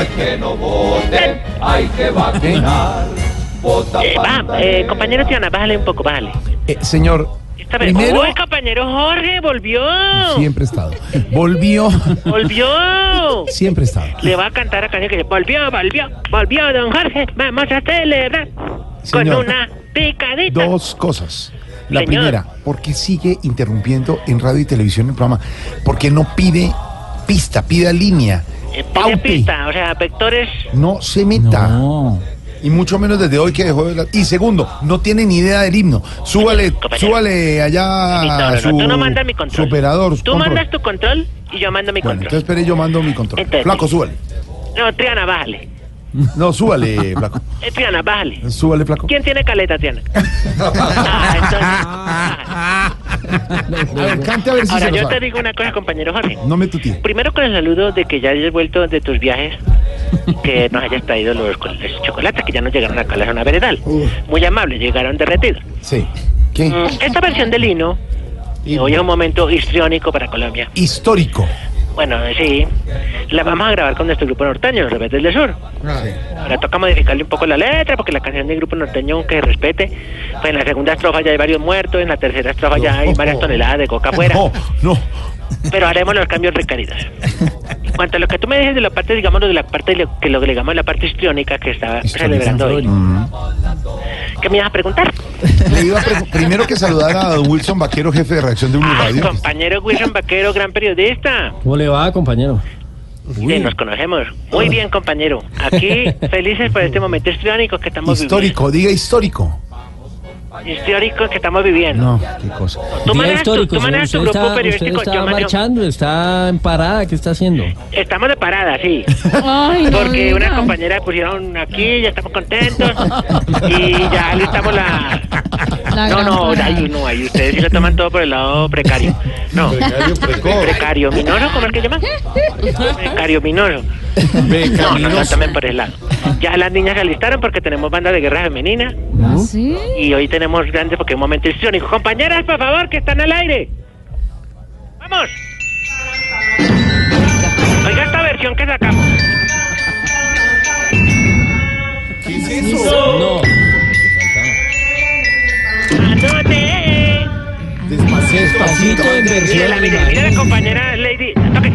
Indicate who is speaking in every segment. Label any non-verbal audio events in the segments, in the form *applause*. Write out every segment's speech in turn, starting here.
Speaker 1: el que no vote hay que vacunar. Vota
Speaker 2: Eh, va, eh, compañero Tiana, bájale un poco, bájale.
Speaker 3: Eh, señor,
Speaker 2: Esta vez.
Speaker 3: primero
Speaker 2: ¡Uy, compañero Jorge! ¡Volvió!
Speaker 3: siempre he estado.
Speaker 2: *laughs*
Speaker 3: Volvió,
Speaker 2: ¡Volvió!
Speaker 3: siempre he estado.
Speaker 2: Le va a cantar a canción que dice: Volvió, volvió, volvió, don Jorge. Vamos a celebrar
Speaker 3: Señor.
Speaker 2: con una picadita.
Speaker 3: Dos cosas. La
Speaker 2: Señor.
Speaker 3: primera, ¿por qué sigue interrumpiendo en radio y televisión el programa? Porque no pide pista, pida línea.
Speaker 2: Eh, pide
Speaker 3: Paute.
Speaker 2: pista, o sea, vectores.
Speaker 3: No se meta. Y mucho menos desde hoy que dejó de la- Y segundo, no tiene ni idea del himno. Súbale,
Speaker 2: Compañero.
Speaker 3: súbale allá
Speaker 2: No, no,
Speaker 3: a
Speaker 2: no,
Speaker 3: Ah, su,
Speaker 2: tú no mandas mi
Speaker 3: su
Speaker 2: control.
Speaker 3: operador. su
Speaker 2: Tú
Speaker 3: control.
Speaker 2: mandas tu control y yo mando mi
Speaker 3: Bueno, entonces
Speaker 2: control.
Speaker 3: espere, yo mando mi control.
Speaker 2: Entonces-
Speaker 3: Flaco, súbale.
Speaker 2: No, Triana, bájale.
Speaker 3: No,
Speaker 2: *laughs*
Speaker 3: súbale, Flaco.
Speaker 2: Eh, Triana, bájale.
Speaker 3: Súbale, Flaco.
Speaker 2: ¿Quién tiene caleta, Triana?
Speaker 3: *laughs*
Speaker 2: Ah, entonces, ah.
Speaker 3: A ver, Ah, cante a ver si
Speaker 2: Ahora,
Speaker 3: se lo
Speaker 2: yo
Speaker 3: sabe.
Speaker 2: te digo una cosa, compañero Jorge.
Speaker 3: No me tutí.
Speaker 2: Primero con el saludo de que ya hayas vuelto de tus viajes, que nos hayas traído los, col- los chocolates que ya nos llegaron acá a la zona veredal.
Speaker 3: Uf.
Speaker 2: Muy amable, llegaron derretidos.
Speaker 3: Sí. ¿Qué?
Speaker 2: Mm, Esta versión del himno, que hoy es un momento histriónico para Colombia.
Speaker 3: Histórico.
Speaker 2: Bueno, eh, sí, la vamos a grabar con nuestro grupo norteño, los Rebeldes del Sur. Ahora toca modificarle un poco la letra, porque la canción del grupo norteño, aunque se respete, pues en la segunda estrofa ya hay varios muertos, en la tercera estrofa ya hay varias toneladas de coca afuera.
Speaker 3: No, no.
Speaker 2: pero haremos los cambios requeridos. En cuanto a lo que tú me dices de la parte, digamos, de la parte de lo- que lo que digamos la parte histriónica que está celebrando hoy, ¿qué me ibas a preguntar?
Speaker 3: Mm. Le iba a pre- primero que saludar a don Wilson Vaquero, jefe de reacción de Blue
Speaker 2: Ah,
Speaker 3: Radio.
Speaker 2: compañero Wilson Vaquero, gran periodista.
Speaker 4: ¿Cómo le va, compañero?
Speaker 2: Sí, nos conocemos. Muy bien, compañero. Aquí
Speaker 3: *laughs*
Speaker 2: felices por este momento histriónico que estamos
Speaker 3: Histórico, diga histórico.
Speaker 2: viviendo. Histórico que estamos viviendo.
Speaker 3: No, qué cosa.
Speaker 2: Tú
Speaker 4: Día
Speaker 2: manejas, tu-
Speaker 4: histórico,
Speaker 2: tú manejas
Speaker 4: señor.
Speaker 2: tu grupo
Speaker 4: Usted está, usted
Speaker 2: periodístico.
Speaker 4: está
Speaker 2: yo manejo-
Speaker 4: marchando, está en parada, ¿qué está haciendo?
Speaker 2: Estamos de parada,
Speaker 4: *laughs*
Speaker 2: sí. Porque una compañera pusieron aquí, ya estamos contentos.
Speaker 4: *laughs*
Speaker 2: y ya listamos la.
Speaker 5: La
Speaker 2: no,
Speaker 5: gran
Speaker 2: no,
Speaker 5: parada.
Speaker 2: ahí no, ahí ustedes sí lo toman todo por el lado precario. No. Precario, precario. ¿Minoso? ¿Cómo es que llaman? Precario, minoso. No, no, no, tomen por el lado. Ya las niñas se alistaron porque tenemos banda de guerra femenina.
Speaker 5: ¿Ah, sí?
Speaker 2: Y hoy tenemos grandes porque es un momento histriónico. Compañeras, por favor, que están al aire. ¡Vamos! Oiga esta versión que sacamos.
Speaker 4: No.
Speaker 2: ¡Anote!
Speaker 4: Despacito en
Speaker 2: Mire Eh, la,
Speaker 4: versión.
Speaker 2: mire, mire la compañera Lady. Toque.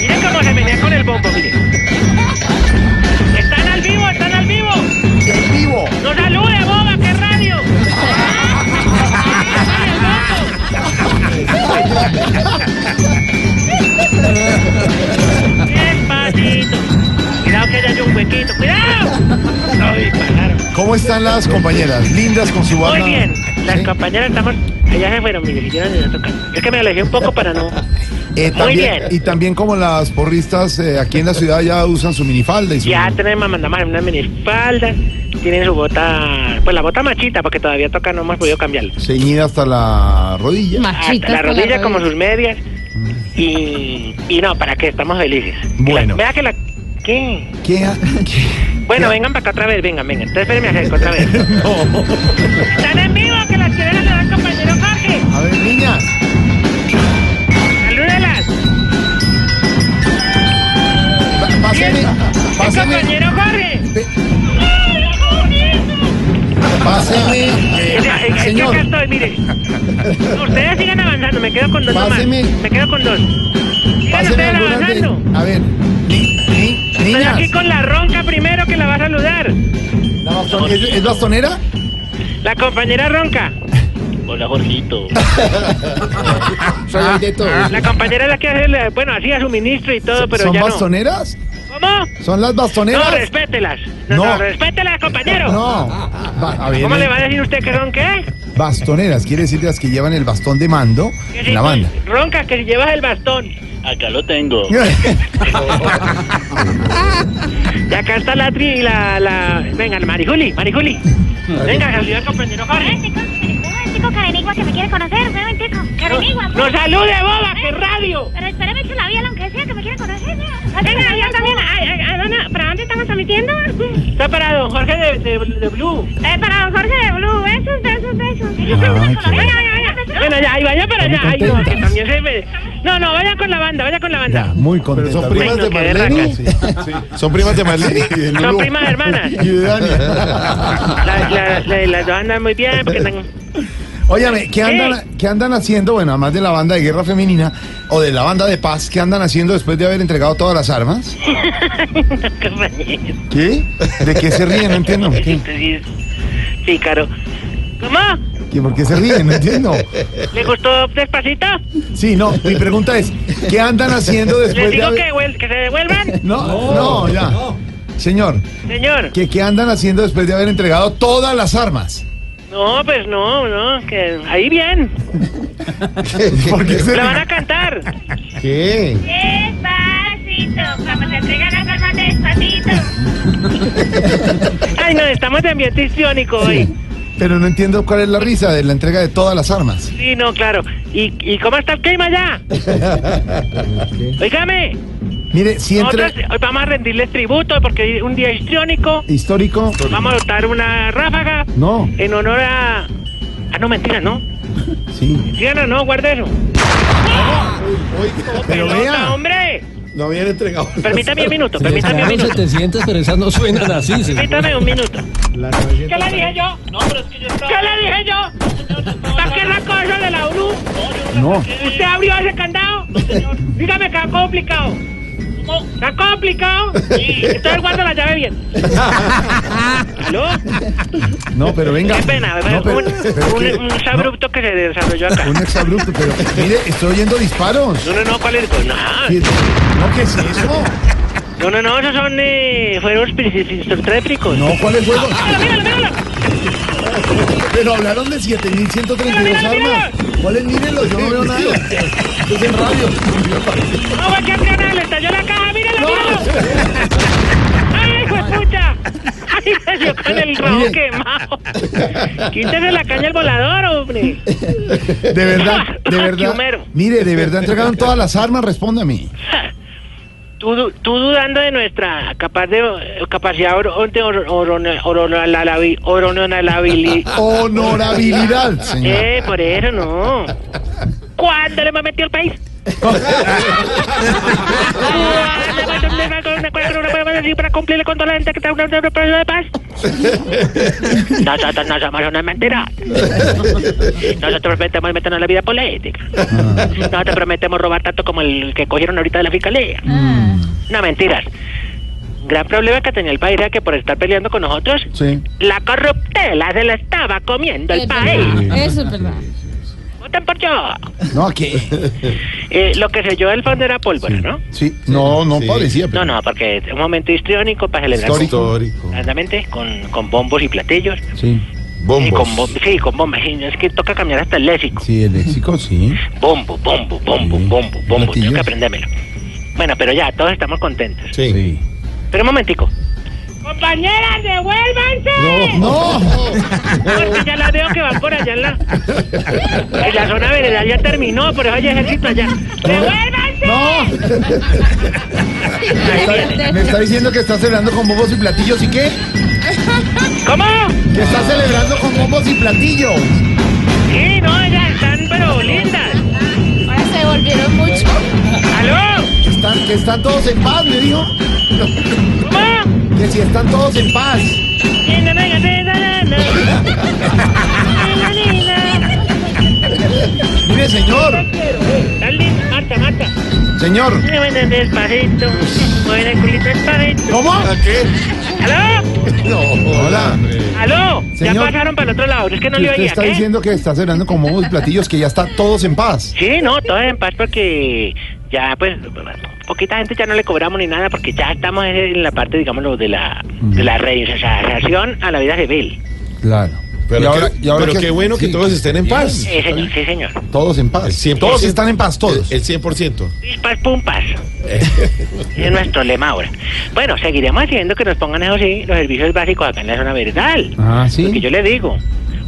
Speaker 2: Mire cómo se venía con el bombo, mire. ¡Están al vivo, están al vivo!
Speaker 3: En vivo.
Speaker 2: ¡No salude, boba, qué radio! Despacito. Cuidado que haya un huequito, cuidado. Ay, pasaron.
Speaker 3: ¿Cómo están las compañeras? Lindas con su
Speaker 2: Muy
Speaker 3: banda.
Speaker 2: bien, las
Speaker 3: ¿Sí?
Speaker 2: compañeras estamos. Allá se fueron, mire, yo no les voy a tocar. Es que me alejé un poco para no.
Speaker 3: Eh,
Speaker 2: Muy
Speaker 3: también-
Speaker 2: bien.
Speaker 3: Y también como las porristas eh, aquí en la ciudad ya usan su minifalda y su...
Speaker 2: Ya tenemos mandamar una minifalda, tienen su bota, pues la bota machita, porque todavía toca, no hemos podido cambiarla.
Speaker 3: Ceñida hasta la rodilla.
Speaker 2: Hasta
Speaker 5: Machitas
Speaker 2: la
Speaker 5: con
Speaker 2: rodilla como
Speaker 5: rodilla.
Speaker 2: sus medias. Y, y no, para que estamos felices.
Speaker 3: Mm. Bueno.
Speaker 2: La- vea que la. ¿Qué?
Speaker 3: ¿Qué? ha- qué-
Speaker 2: Bueno,
Speaker 3: qué ha-
Speaker 2: vengan para acá otra vez, vengan, vengan. Entonces, espérenme acerco otra vez.
Speaker 3: *laughs* No.
Speaker 2: ¡Están en vivo! ¡Que las quieren le dan compañero Jorge!
Speaker 3: A ver, niñas.
Speaker 2: ¡Salúdelas!
Speaker 3: pa- Pásenme,
Speaker 2: ¡El
Speaker 3: pásenme,
Speaker 2: compañero Jorge!
Speaker 3: pásenme.
Speaker 2: Es que- es que
Speaker 3: eh, Señor.
Speaker 2: acá estoy, mire. Ustedes sigan avanzando, me quedo con dos
Speaker 3: Páseme.
Speaker 2: nomás. Me quedo con dos. Sigan
Speaker 3: Pásenme
Speaker 2: ustedes
Speaker 3: algunas de-
Speaker 2: avanzando.
Speaker 3: A ver, ni- ni-
Speaker 2: Estoy
Speaker 3: niñas.
Speaker 2: aquí con la ronca primero que la va a saludar.
Speaker 3: La baston- ¿Es, es bastonera?
Speaker 2: La compañera ronca. Hola, Jorgito.
Speaker 3: de
Speaker 6: Ah.
Speaker 2: La compañera es la que hace, la- bueno, hacía suministro y todo, pero
Speaker 3: ¿Son
Speaker 2: ya no.
Speaker 3: bastoneras?
Speaker 2: ¿Cómo?
Speaker 3: ¿Son las
Speaker 2: No,
Speaker 3: bastoneras?
Speaker 2: respételas. No,
Speaker 3: No.
Speaker 2: no, respételas, compañero.
Speaker 3: No. Ba-
Speaker 6: Ah,
Speaker 3: a ver,
Speaker 2: ¿Cómo
Speaker 3: eh,
Speaker 2: le va a decir usted que son qué?
Speaker 3: Bastoneras, quiere decir las que llevan el bastón de mando
Speaker 2: Que
Speaker 3: en
Speaker 2: si
Speaker 3: la
Speaker 6: *laughs*
Speaker 3: banda.
Speaker 2: Roncas que si llevas el bastón.
Speaker 5: Acá lo tengo.
Speaker 2: Y acá está la tri y la, la... Venga, Marijuli, Marijuli. Venga, ayuda al compañero Jorge.
Speaker 7: momentico, Carenigua, que me quiere conocer, un momentico. Carenigua,
Speaker 2: ¡No salude, boba, que es radio!
Speaker 7: pues. Pero espérame que la vía, aunque sea, que me quiere conocer. Venga, yo también. ¿A, dónde, ¿Para dónde estamos transmitiendo? Eh,
Speaker 2: Está para don Jorge de, de, de Blue.
Speaker 7: para don Jorge de Blue. Besos, besos, besos. Venga, venga,
Speaker 2: Bueno, ya, y vaya para allá. Ay, no, que también se ve. No, no, vaya con la banda, vaya con la banda.
Speaker 3: Ya, muy contenta.
Speaker 6: ¿Son primas
Speaker 2: Bueno,
Speaker 6: de
Speaker 2: qué
Speaker 6: Marlene? ¿Son primas de Marlene?
Speaker 2: Son primas hermanas.
Speaker 3: *laughs* Y de Dani.
Speaker 2: La- la- la- las dos andan muy bien
Speaker 3: *laughs*
Speaker 2: porque están...
Speaker 3: Óyame, ¿qué andan, ¿qué andan haciendo? Bueno, además de la banda de guerra femenina o de la banda de paz, ¿qué andan haciendo después de haber entregado todas las armas?
Speaker 2: compañero.
Speaker 3: ¿Qué? ¿De qué se ríen? No entiendo. ¿Qué?
Speaker 2: Sí, *laughs* sí, caro. ¿Cómo?
Speaker 3: ¿Qué- ¿Por qué se ríen? No entiendo.
Speaker 2: ¿Le gustó despacito?
Speaker 3: Sí, no, mi pregunta es, ¿qué andan haciendo
Speaker 2: ¿Les
Speaker 3: después de
Speaker 2: digo
Speaker 3: haber...
Speaker 2: que, vuel- que
Speaker 3: *laughs*
Speaker 2: se devuelvan?
Speaker 3: No, no, ya. Señor,
Speaker 2: Señor.
Speaker 3: ¿qué, ¿qué andan haciendo después de haber entregado todas las armas?
Speaker 2: No, pues no, no, que ahí bien.
Speaker 3: ¿Por qué se
Speaker 2: La van
Speaker 3: ríen?
Speaker 2: a cantar.
Speaker 3: ¿Qué?
Speaker 7: Despacito, cuando se entregan las armas despacito.
Speaker 2: Ay, no, estamos de ambiente histriónico hoy.
Speaker 3: Pero no entiendo cuál es la risa de la entrega de todas las armas.
Speaker 2: Sí, no, claro. ¿Y, y cómo está el clima
Speaker 3: *laughs*
Speaker 2: ya? Oígame,
Speaker 3: Mire, si entra
Speaker 2: nosotros hoy vamos a rendirles tributo porque es un día histriónico.
Speaker 3: histórico,
Speaker 2: Vamos a dotar una ráfaga
Speaker 3: no,
Speaker 2: en honor a... Ah, no, mentira, ¿no?
Speaker 3: sí.
Speaker 2: Mentira, no, guarde eso.
Speaker 3: Pero
Speaker 2: Pelota,
Speaker 3: vea,
Speaker 2: hombre!
Speaker 6: No habían entregado.
Speaker 2: Permítame un minuto,
Speaker 4: Se les
Speaker 2: permítame un
Speaker 4: quedaron
Speaker 2: minuto.
Speaker 4: 700, pero esas no suenan así. se-
Speaker 2: Permítame un minuto. ¿Qué le dije yo? No, pero es que yo estaba... ¿Qué le dije yo? ¿Para qué la cosa de la ONU?
Speaker 3: no.
Speaker 2: ¿Usted abrió ese candado? Dígame que ha complicado. ¿Está complicado? Sí. Entonces guarda la llave bien. ¿Aló?
Speaker 3: No, pero venga.
Speaker 2: Qué pena,
Speaker 3: No, pero-
Speaker 2: un,
Speaker 3: pero
Speaker 2: un,
Speaker 3: qué-
Speaker 2: un exabrupto que se desarrolló acá.
Speaker 3: Un exabrupto, pero mire, estoy oyendo disparos.
Speaker 2: No, no, no, ¿cuál es? No,
Speaker 3: No, ¿qué es eso?
Speaker 2: no, no, no esos son... Eh, fueron trépicos.
Speaker 3: No, ¿cuál es el juego?
Speaker 2: ¡Míralo, míralo, míralo!
Speaker 3: Pero hablaron de 7132
Speaker 2: Míralo, míralo,
Speaker 3: armas. ¿Cuáles? Mírenlo, yo no veo nada. Es en radio.
Speaker 2: ¡No, va a ganar! ¡Le estalló la caja! ¡Míralo, míralo! ¡Ay, hijo de pucha! ¡Ay, se dio con el rabo
Speaker 3: Mire.
Speaker 2: quemado! Quítese la caña al volador, hombre.
Speaker 3: De verdad, de
Speaker 2: Ah,
Speaker 3: verdad.
Speaker 2: Homero.
Speaker 3: Mire, de verdad entregaron todas las armas, respóndame.
Speaker 2: Tú, du- tú dudando de nuestra capaz de, eh, capacidad or- or- de or- orona- oronalabi- orononalabili-
Speaker 3: *laughs* Honorabilidad, señor.
Speaker 2: Eh, por eso no. ¿Cuándo le hemos metido el país? ¿Cuándo le hemos hecho un acuerdo, un acuerdo, un acuerdo así para cumplirle con toda la gente que está en un proceso de paz? Nosotros no somos una mentira. Nosotros prometemos meternos en la vida política. Nosotros prometemos robar tanto como el que cogieron ahorita de la fiscalía.
Speaker 6: Ah,
Speaker 2: No, mentiras. Gran problema que tenía el país era que por estar peleando con nosotros,
Speaker 3: Sí.
Speaker 2: la corruptela se la estaba comiendo el país.
Speaker 8: Eso es verdad.
Speaker 2: Voten por yo.
Speaker 3: No, ¿qué?
Speaker 2: Eh, lo que se yo del fondo era pólvora, ¿no?
Speaker 3: Sí. No, no
Speaker 6: Sí.
Speaker 3: parecía.
Speaker 2: No,
Speaker 3: pero-
Speaker 2: no, porque es un momento histriónico para celebrar
Speaker 3: Histórico.
Speaker 6: Histórico.
Speaker 2: grandamente con, con bombos y platillos.
Speaker 3: Sí.
Speaker 2: Y con
Speaker 6: Bombos.
Speaker 2: bom- sí, con bombas. Y Es que toca cambiar hasta el léxico.
Speaker 3: Sí, el léxico, sí.
Speaker 2: Bombo, bombo, bombo,
Speaker 3: Sí.
Speaker 2: bombo, bombo. Tengo
Speaker 3: Platillos.
Speaker 2: que aprendérmelo. Bueno, pero ya, todos estamos contentos.
Speaker 6: Sí.
Speaker 2: Pero un momentico.
Speaker 3: *laughs*
Speaker 2: Compañeras, devuélvanse.
Speaker 3: No.
Speaker 2: Porque ya la veo que van por allá en la, en la zona veredal. Ya terminó, por eso hay ejército allá. ¡Devuélvanse!
Speaker 6: *laughs*
Speaker 3: No. Me está, me está diciendo que está celebrando con bombos y platillos. ¿Y qué?
Speaker 2: ¿Cómo?
Speaker 3: Que está celebrando con bombos y platillos.
Speaker 2: Sí, no, ellas están pero lindas.
Speaker 8: Ahora se volvieron mucho.
Speaker 2: ¡Aló!
Speaker 3: Que están, que están todos en paz, me dijo.
Speaker 2: ¿Cómo?
Speaker 3: Que si están todos en paz.
Speaker 2: Sí, no, no, no, no, no, no. Linda, linda.
Speaker 3: Mire, señor.
Speaker 2: Tan linda. Marta, Marta.
Speaker 3: Señor.
Speaker 2: Me voy a despacito. Voy el culito despacito.
Speaker 3: ¿Cómo?
Speaker 2: ¿Aló?
Speaker 3: *laughs* No. Hola.
Speaker 2: ¿Aló? Ya
Speaker 3: Señor.
Speaker 2: pasaron para el otro lado. Es que no
Speaker 3: Que
Speaker 2: le
Speaker 3: usted
Speaker 2: oía,
Speaker 3: está
Speaker 2: ¿qué?
Speaker 3: diciendo que está celebrando con bombos y platillos, que ya está todos en paz.
Speaker 2: Sí, no, todos en paz porque ya, pues, poquita gente ya no le cobramos ni nada porque ya estamos en la parte, digámoslo, de la, de la reinserción a la vida civil.
Speaker 3: Claro.
Speaker 6: Pero,
Speaker 3: Y ahora-
Speaker 6: qué,
Speaker 3: y ahora
Speaker 6: pero
Speaker 3: que-
Speaker 6: qué bueno que
Speaker 3: sí.
Speaker 6: todos estén en paz.
Speaker 2: Sí, señor. Sí, señor.
Speaker 3: Todos en paz.
Speaker 6: 100%.
Speaker 3: Todos están en paz, todos.
Speaker 6: El 100%.
Speaker 2: Pispas pumpas.
Speaker 3: Eh.
Speaker 2: Ese es nuestro lema ahora. Bueno, seguiremos haciendo que nos pongan, eso sí, los servicios básicos acá en la zona veredal.
Speaker 3: Ah, sí.
Speaker 2: Porque yo le digo,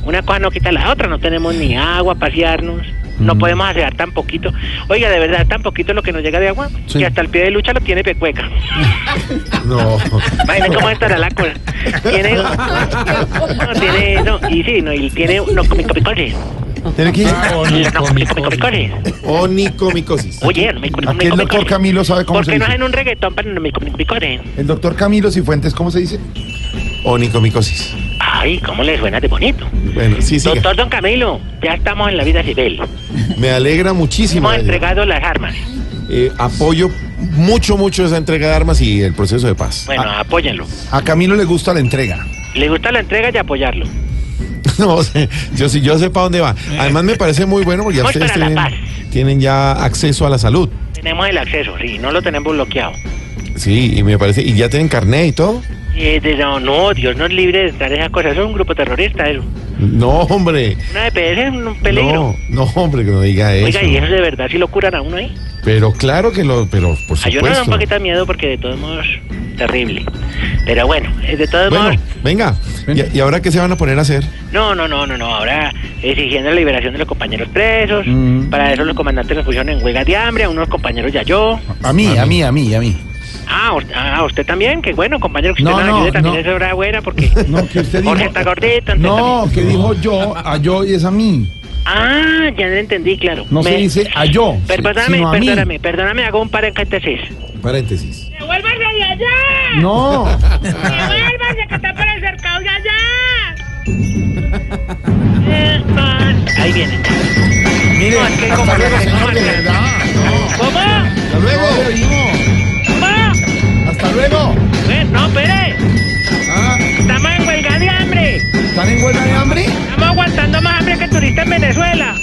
Speaker 2: una cosa no quita la otra, no tenemos ni agua para pasearnos,
Speaker 3: Mm.
Speaker 2: no podemos asear tan poquito. Oiga, de verdad, tan poquito lo que nos llega de agua,
Speaker 3: Sí.
Speaker 2: que hasta el pie de lucha lo tiene
Speaker 3: *laughs*
Speaker 2: pecueca.
Speaker 6: No.
Speaker 2: Imagínate cómo estará la cosa.
Speaker 3: *laughs*
Speaker 2: Tiene, no, tiene, no, y sí, no, y tiene, no, comicomicosis.
Speaker 3: ¿Tiene que ir?
Speaker 2: *laughs* No, comicomicosis.
Speaker 6: Onicomicosis.
Speaker 2: Oye, no me
Speaker 3: Aquí el doctor Camilo sabe cómo
Speaker 2: ¿Por
Speaker 3: se
Speaker 2: qué no
Speaker 3: dice.
Speaker 2: hacen un reggaetón para no me comicomicosis?
Speaker 3: El doctor Camilo Cifuentes, ¿cómo se dice?
Speaker 6: Onicomicosis.
Speaker 2: Ay, ¿cómo le suena de bonito?
Speaker 6: Bueno, sí, sí.
Speaker 2: Doctor Don Camilo, ya estamos en la vida civil.
Speaker 6: Me alegra muchísimo. de
Speaker 2: Hemos
Speaker 6: verdad.
Speaker 2: entregado las armas.
Speaker 6: Eh, apoyo mucho, mucho esa entrega de armas y el proceso de paz.
Speaker 2: Bueno, apóyenlo.
Speaker 3: A Camilo le gusta la entrega.
Speaker 2: Le gusta la entrega y apoyarlo.
Speaker 6: *laughs* No, sé, yo sí, yo sé para dónde va. Además me parece muy bueno porque ya
Speaker 2: Vamos
Speaker 6: ustedes
Speaker 2: para
Speaker 6: tienen,
Speaker 2: la
Speaker 6: tienen ya acceso a la salud.
Speaker 2: Tenemos el acceso, sí, no lo tenemos bloqueado.
Speaker 6: Sí, y me parece, y ya tienen carnet y todo.
Speaker 2: Eh, de- no, no, Dios nos libre de estar esas cosas. Eso es un grupo terrorista, eso.
Speaker 6: No, hombre.
Speaker 2: Una EPS es un peligro.
Speaker 6: No, no, hombre, que no diga eso.
Speaker 2: Oiga, y eso de verdad, si lo curan a uno ahí.
Speaker 6: Pero claro que lo, pero por
Speaker 2: A yo no me da un
Speaker 6: supuesto.
Speaker 2: poquito de miedo porque de todos modos, terrible. Pero bueno, eh, de todos
Speaker 6: Bueno,
Speaker 2: modos,
Speaker 6: venga. ¿Y, y ahora qué se van a poner a hacer?
Speaker 2: No, no, no, no, no. Ahora exigiendo la liberación de los compañeros presos.
Speaker 3: Mm.
Speaker 2: Para eso los comandantes se pusieron en huelga de hambre. A unos compañeros ya yo.
Speaker 3: A mí, a mí, a mí, a mí.
Speaker 2: Ah, us- ah, usted también. Que bueno, compañero, que usted
Speaker 3: No,
Speaker 2: nos
Speaker 3: no,
Speaker 2: ayude también.
Speaker 3: no.
Speaker 2: Eso era buena porque
Speaker 3: *laughs* No, que usted
Speaker 2: Jorge
Speaker 3: dijo-
Speaker 2: está gordito. entonces
Speaker 3: No,
Speaker 2: también-
Speaker 3: que dijo yo, a yo y es a mí.
Speaker 2: Ah, ya lo entendí, claro.
Speaker 3: No se
Speaker 2: Me-
Speaker 3: dice a yo.
Speaker 2: Perdóname,
Speaker 3: sino a mí.
Speaker 2: perdóname, perdóname, hago un paréntesis.
Speaker 6: Paréntesis.
Speaker 7: ¡Devuélvase de allá!
Speaker 2: *laughs*
Speaker 3: No.
Speaker 7: ¡Devuélvase que está por el cercado de allá!
Speaker 2: Es más- *laughs* Ahí viene.
Speaker 3: Mire,
Speaker 2: No, es que hay
Speaker 3: hasta luego,
Speaker 2: compañeros que
Speaker 3: señor,
Speaker 2: no
Speaker 3: de verdad.
Speaker 2: ¿Cómo?
Speaker 3: Hasta luego.
Speaker 2: ¿Cómo?
Speaker 3: Hasta luego.
Speaker 2: Eh, No, espere.
Speaker 3: Ah,
Speaker 2: Estamos en huelga de hambre.
Speaker 3: ¿Están en huelga de hambre?
Speaker 2: Estamos aguantando más hambre que turista en Venezuela.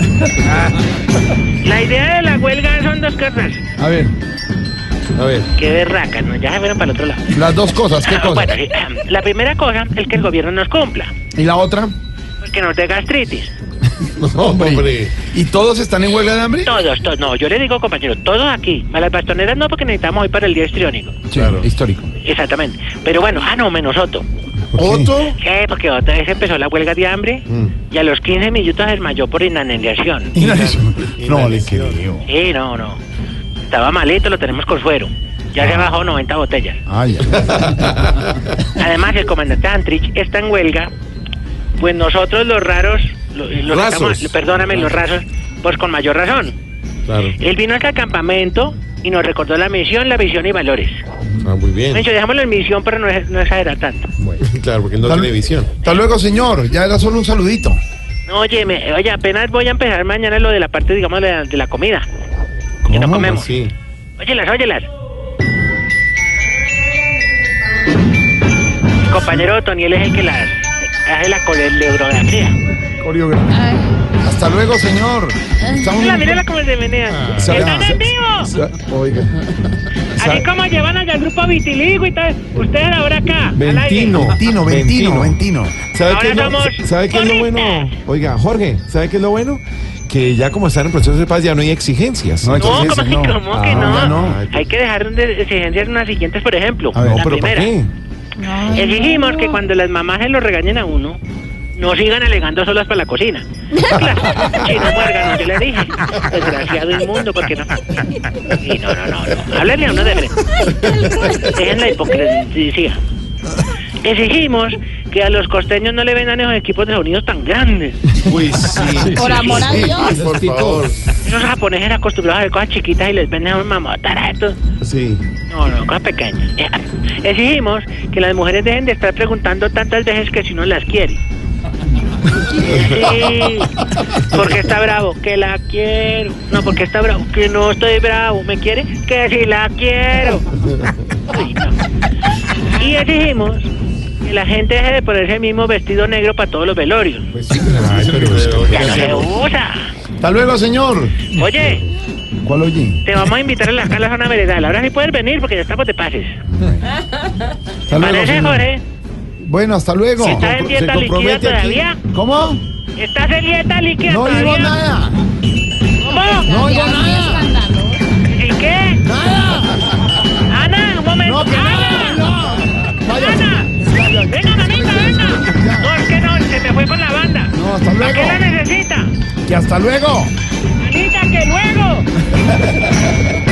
Speaker 2: La idea de la huelga son dos cosas.
Speaker 3: A ver,
Speaker 6: A ver.
Speaker 2: Qué berraca, ¿no? Ya se fueron para el otro lado.
Speaker 3: las dos cosas, ¿qué
Speaker 2: Ah,
Speaker 3: cosas?
Speaker 2: Bueno, sí, la primera cosa es que el gobierno nos cumpla,
Speaker 3: ¿Y la otra?
Speaker 2: pues que nos dé gastritis.
Speaker 3: *laughs*
Speaker 6: No, hombre.
Speaker 3: ¿Y todos están en huelga de hambre?
Speaker 2: Todos, todos. No, yo le digo, compañero, todos aquí. A las bastoneras no, porque necesitamos hoy para el día histriónico.
Speaker 3: Sí, histórico.
Speaker 2: Exactamente. Pero bueno, ah, no, menos Otto.
Speaker 3: *laughs*
Speaker 6: Otto.
Speaker 2: Sí, porque otra vez empezó la huelga de hambre y a los 15 minutos se desmayó por inanilación.
Speaker 3: Y nadie- No, le creo.
Speaker 2: Sí, no, no. Estaba malito, lo tenemos con suero. Ya
Speaker 6: Ah.
Speaker 2: se bajó 90 botellas.
Speaker 3: Ay, *laughs*
Speaker 2: Además, el comandante Antrich está en huelga. Pues nosotros los raros, lo- eh, los, que
Speaker 6: Rasos. Ah.
Speaker 2: estamos- perdóname, los rasos, pues con mayor razón.
Speaker 6: Claro.
Speaker 2: Él vino hasta el campamento y nos recordó la misión, la visión y valores.
Speaker 6: Ah, muy
Speaker 2: De
Speaker 6: bien.
Speaker 2: hecho, dejámoslo en misión, pero no, es- no exagerar tanto.
Speaker 6: Claro, porque él no
Speaker 3: Tal-
Speaker 6: tiene visión.
Speaker 3: Hasta luego, señor. Ya era solo un saludito.
Speaker 2: No, oye, me- oye, apenas voy a empezar mañana lo de la parte, digamos, de la, de la comida. Que no
Speaker 3: ¿Cómo?
Speaker 2: comemos.
Speaker 6: Sí.
Speaker 2: Óyelas, óyelas. El compañero Toniel es el que las hace la coreografía.
Speaker 8: Ay,
Speaker 3: Hasta luego, señor. Estamos
Speaker 2: Mira, mira cómo se menea.
Speaker 3: Sa-
Speaker 2: ¡Están
Speaker 3: sa-
Speaker 2: en vivo!
Speaker 3: sa- Oiga.
Speaker 2: Así como llevan allá al grupo Vitiligo y tal, ustedes ahora acá. al aire.
Speaker 6: Ventino.
Speaker 3: Ventino, Ventino, Ventino.
Speaker 6: ¿Sabe
Speaker 2: Ahora
Speaker 6: qué, es lo,
Speaker 2: somos
Speaker 6: ¿Sabe qué es lo bueno? Oiga, Jorge, ¿sabe qué es lo bueno? Que ya como están en proceso de paz ya no hay exigencias.
Speaker 3: No hay
Speaker 2: No, ¿cómo,
Speaker 3: Entonces,
Speaker 2: que-
Speaker 3: no.
Speaker 2: cómo que
Speaker 3: Ah,
Speaker 2: no?
Speaker 3: ya no.
Speaker 2: Hay que dejar de exigencias unas siguientes, por ejemplo.
Speaker 3: A ver,
Speaker 6: No,
Speaker 2: la
Speaker 6: pero ¿para
Speaker 2: primera.
Speaker 6: qué?
Speaker 8: no,
Speaker 2: Exigimos
Speaker 8: no.
Speaker 2: que cuando las mamás se lo regañen a uno, no sigan alegando solas para
Speaker 6: *laughs*
Speaker 2: la cocina. Claro, chino muérgano, yo le dije. Desgraciado inmundo, ¿por qué no? Sí, no, no, no. no. Háblenle a uno de frente. Dejen la hipocresía. Exigimos que a los costeños no le vendan esos equipos de sonidos tan grandes.
Speaker 6: Uy,
Speaker 3: *laughs*
Speaker 6: sí.
Speaker 8: Por amor a Dios.
Speaker 6: Por favor.
Speaker 2: Esos japoneses acostumbrados a ver cosas chiquitas y les venden a un mamotarato.
Speaker 6: Sí.
Speaker 2: No, no, cosas pequeñas. Eh, Exigimos que las mujeres dejen de estar preguntando tantas veces que si no las quiere. Sí, porque está bravo, que la quiero. No, porque está bravo, que no estoy bravo, ¿me quiere? Que si la quiero. Uy, no. Y exigimos que la gente deje de ponerse el mismo vestido negro para todos los velorios.
Speaker 6: Ay, pero-
Speaker 2: Ya no se usa.
Speaker 3: Hasta luego, señor.
Speaker 2: Oye,
Speaker 3: ¿Cuál oye?
Speaker 2: Te vamos a invitar a la, acá a la zona veredal. Ahora sí puedes venir porque ya estamos de pases.
Speaker 3: Hasta luego,
Speaker 2: ¿Parece,
Speaker 3: señor.
Speaker 2: Jorge?
Speaker 3: Bueno, hasta luego.
Speaker 2: ¿Estás en dieta líquida todavía?
Speaker 3: ¿Cómo?
Speaker 2: ¿Estás en dieta líquida
Speaker 3: No
Speaker 2: todavía?
Speaker 3: digo nada.
Speaker 2: ¿Cómo?
Speaker 3: No digo
Speaker 8: Ya, muy
Speaker 3: nada.
Speaker 8: escandaloso.
Speaker 2: ¿Y qué?
Speaker 3: Nada.
Speaker 2: Ana, un momento.
Speaker 3: No, que
Speaker 2: Ana,
Speaker 3: nada. No.
Speaker 2: Ana.
Speaker 3: Vaya.
Speaker 2: Venga, mamita, venga. No, es que no, se me fue por la banda.
Speaker 3: No, hasta
Speaker 2: ¿Para qué la
Speaker 3: luego.
Speaker 2: necesita?
Speaker 3: Que hasta luego.
Speaker 2: Anita, que luego.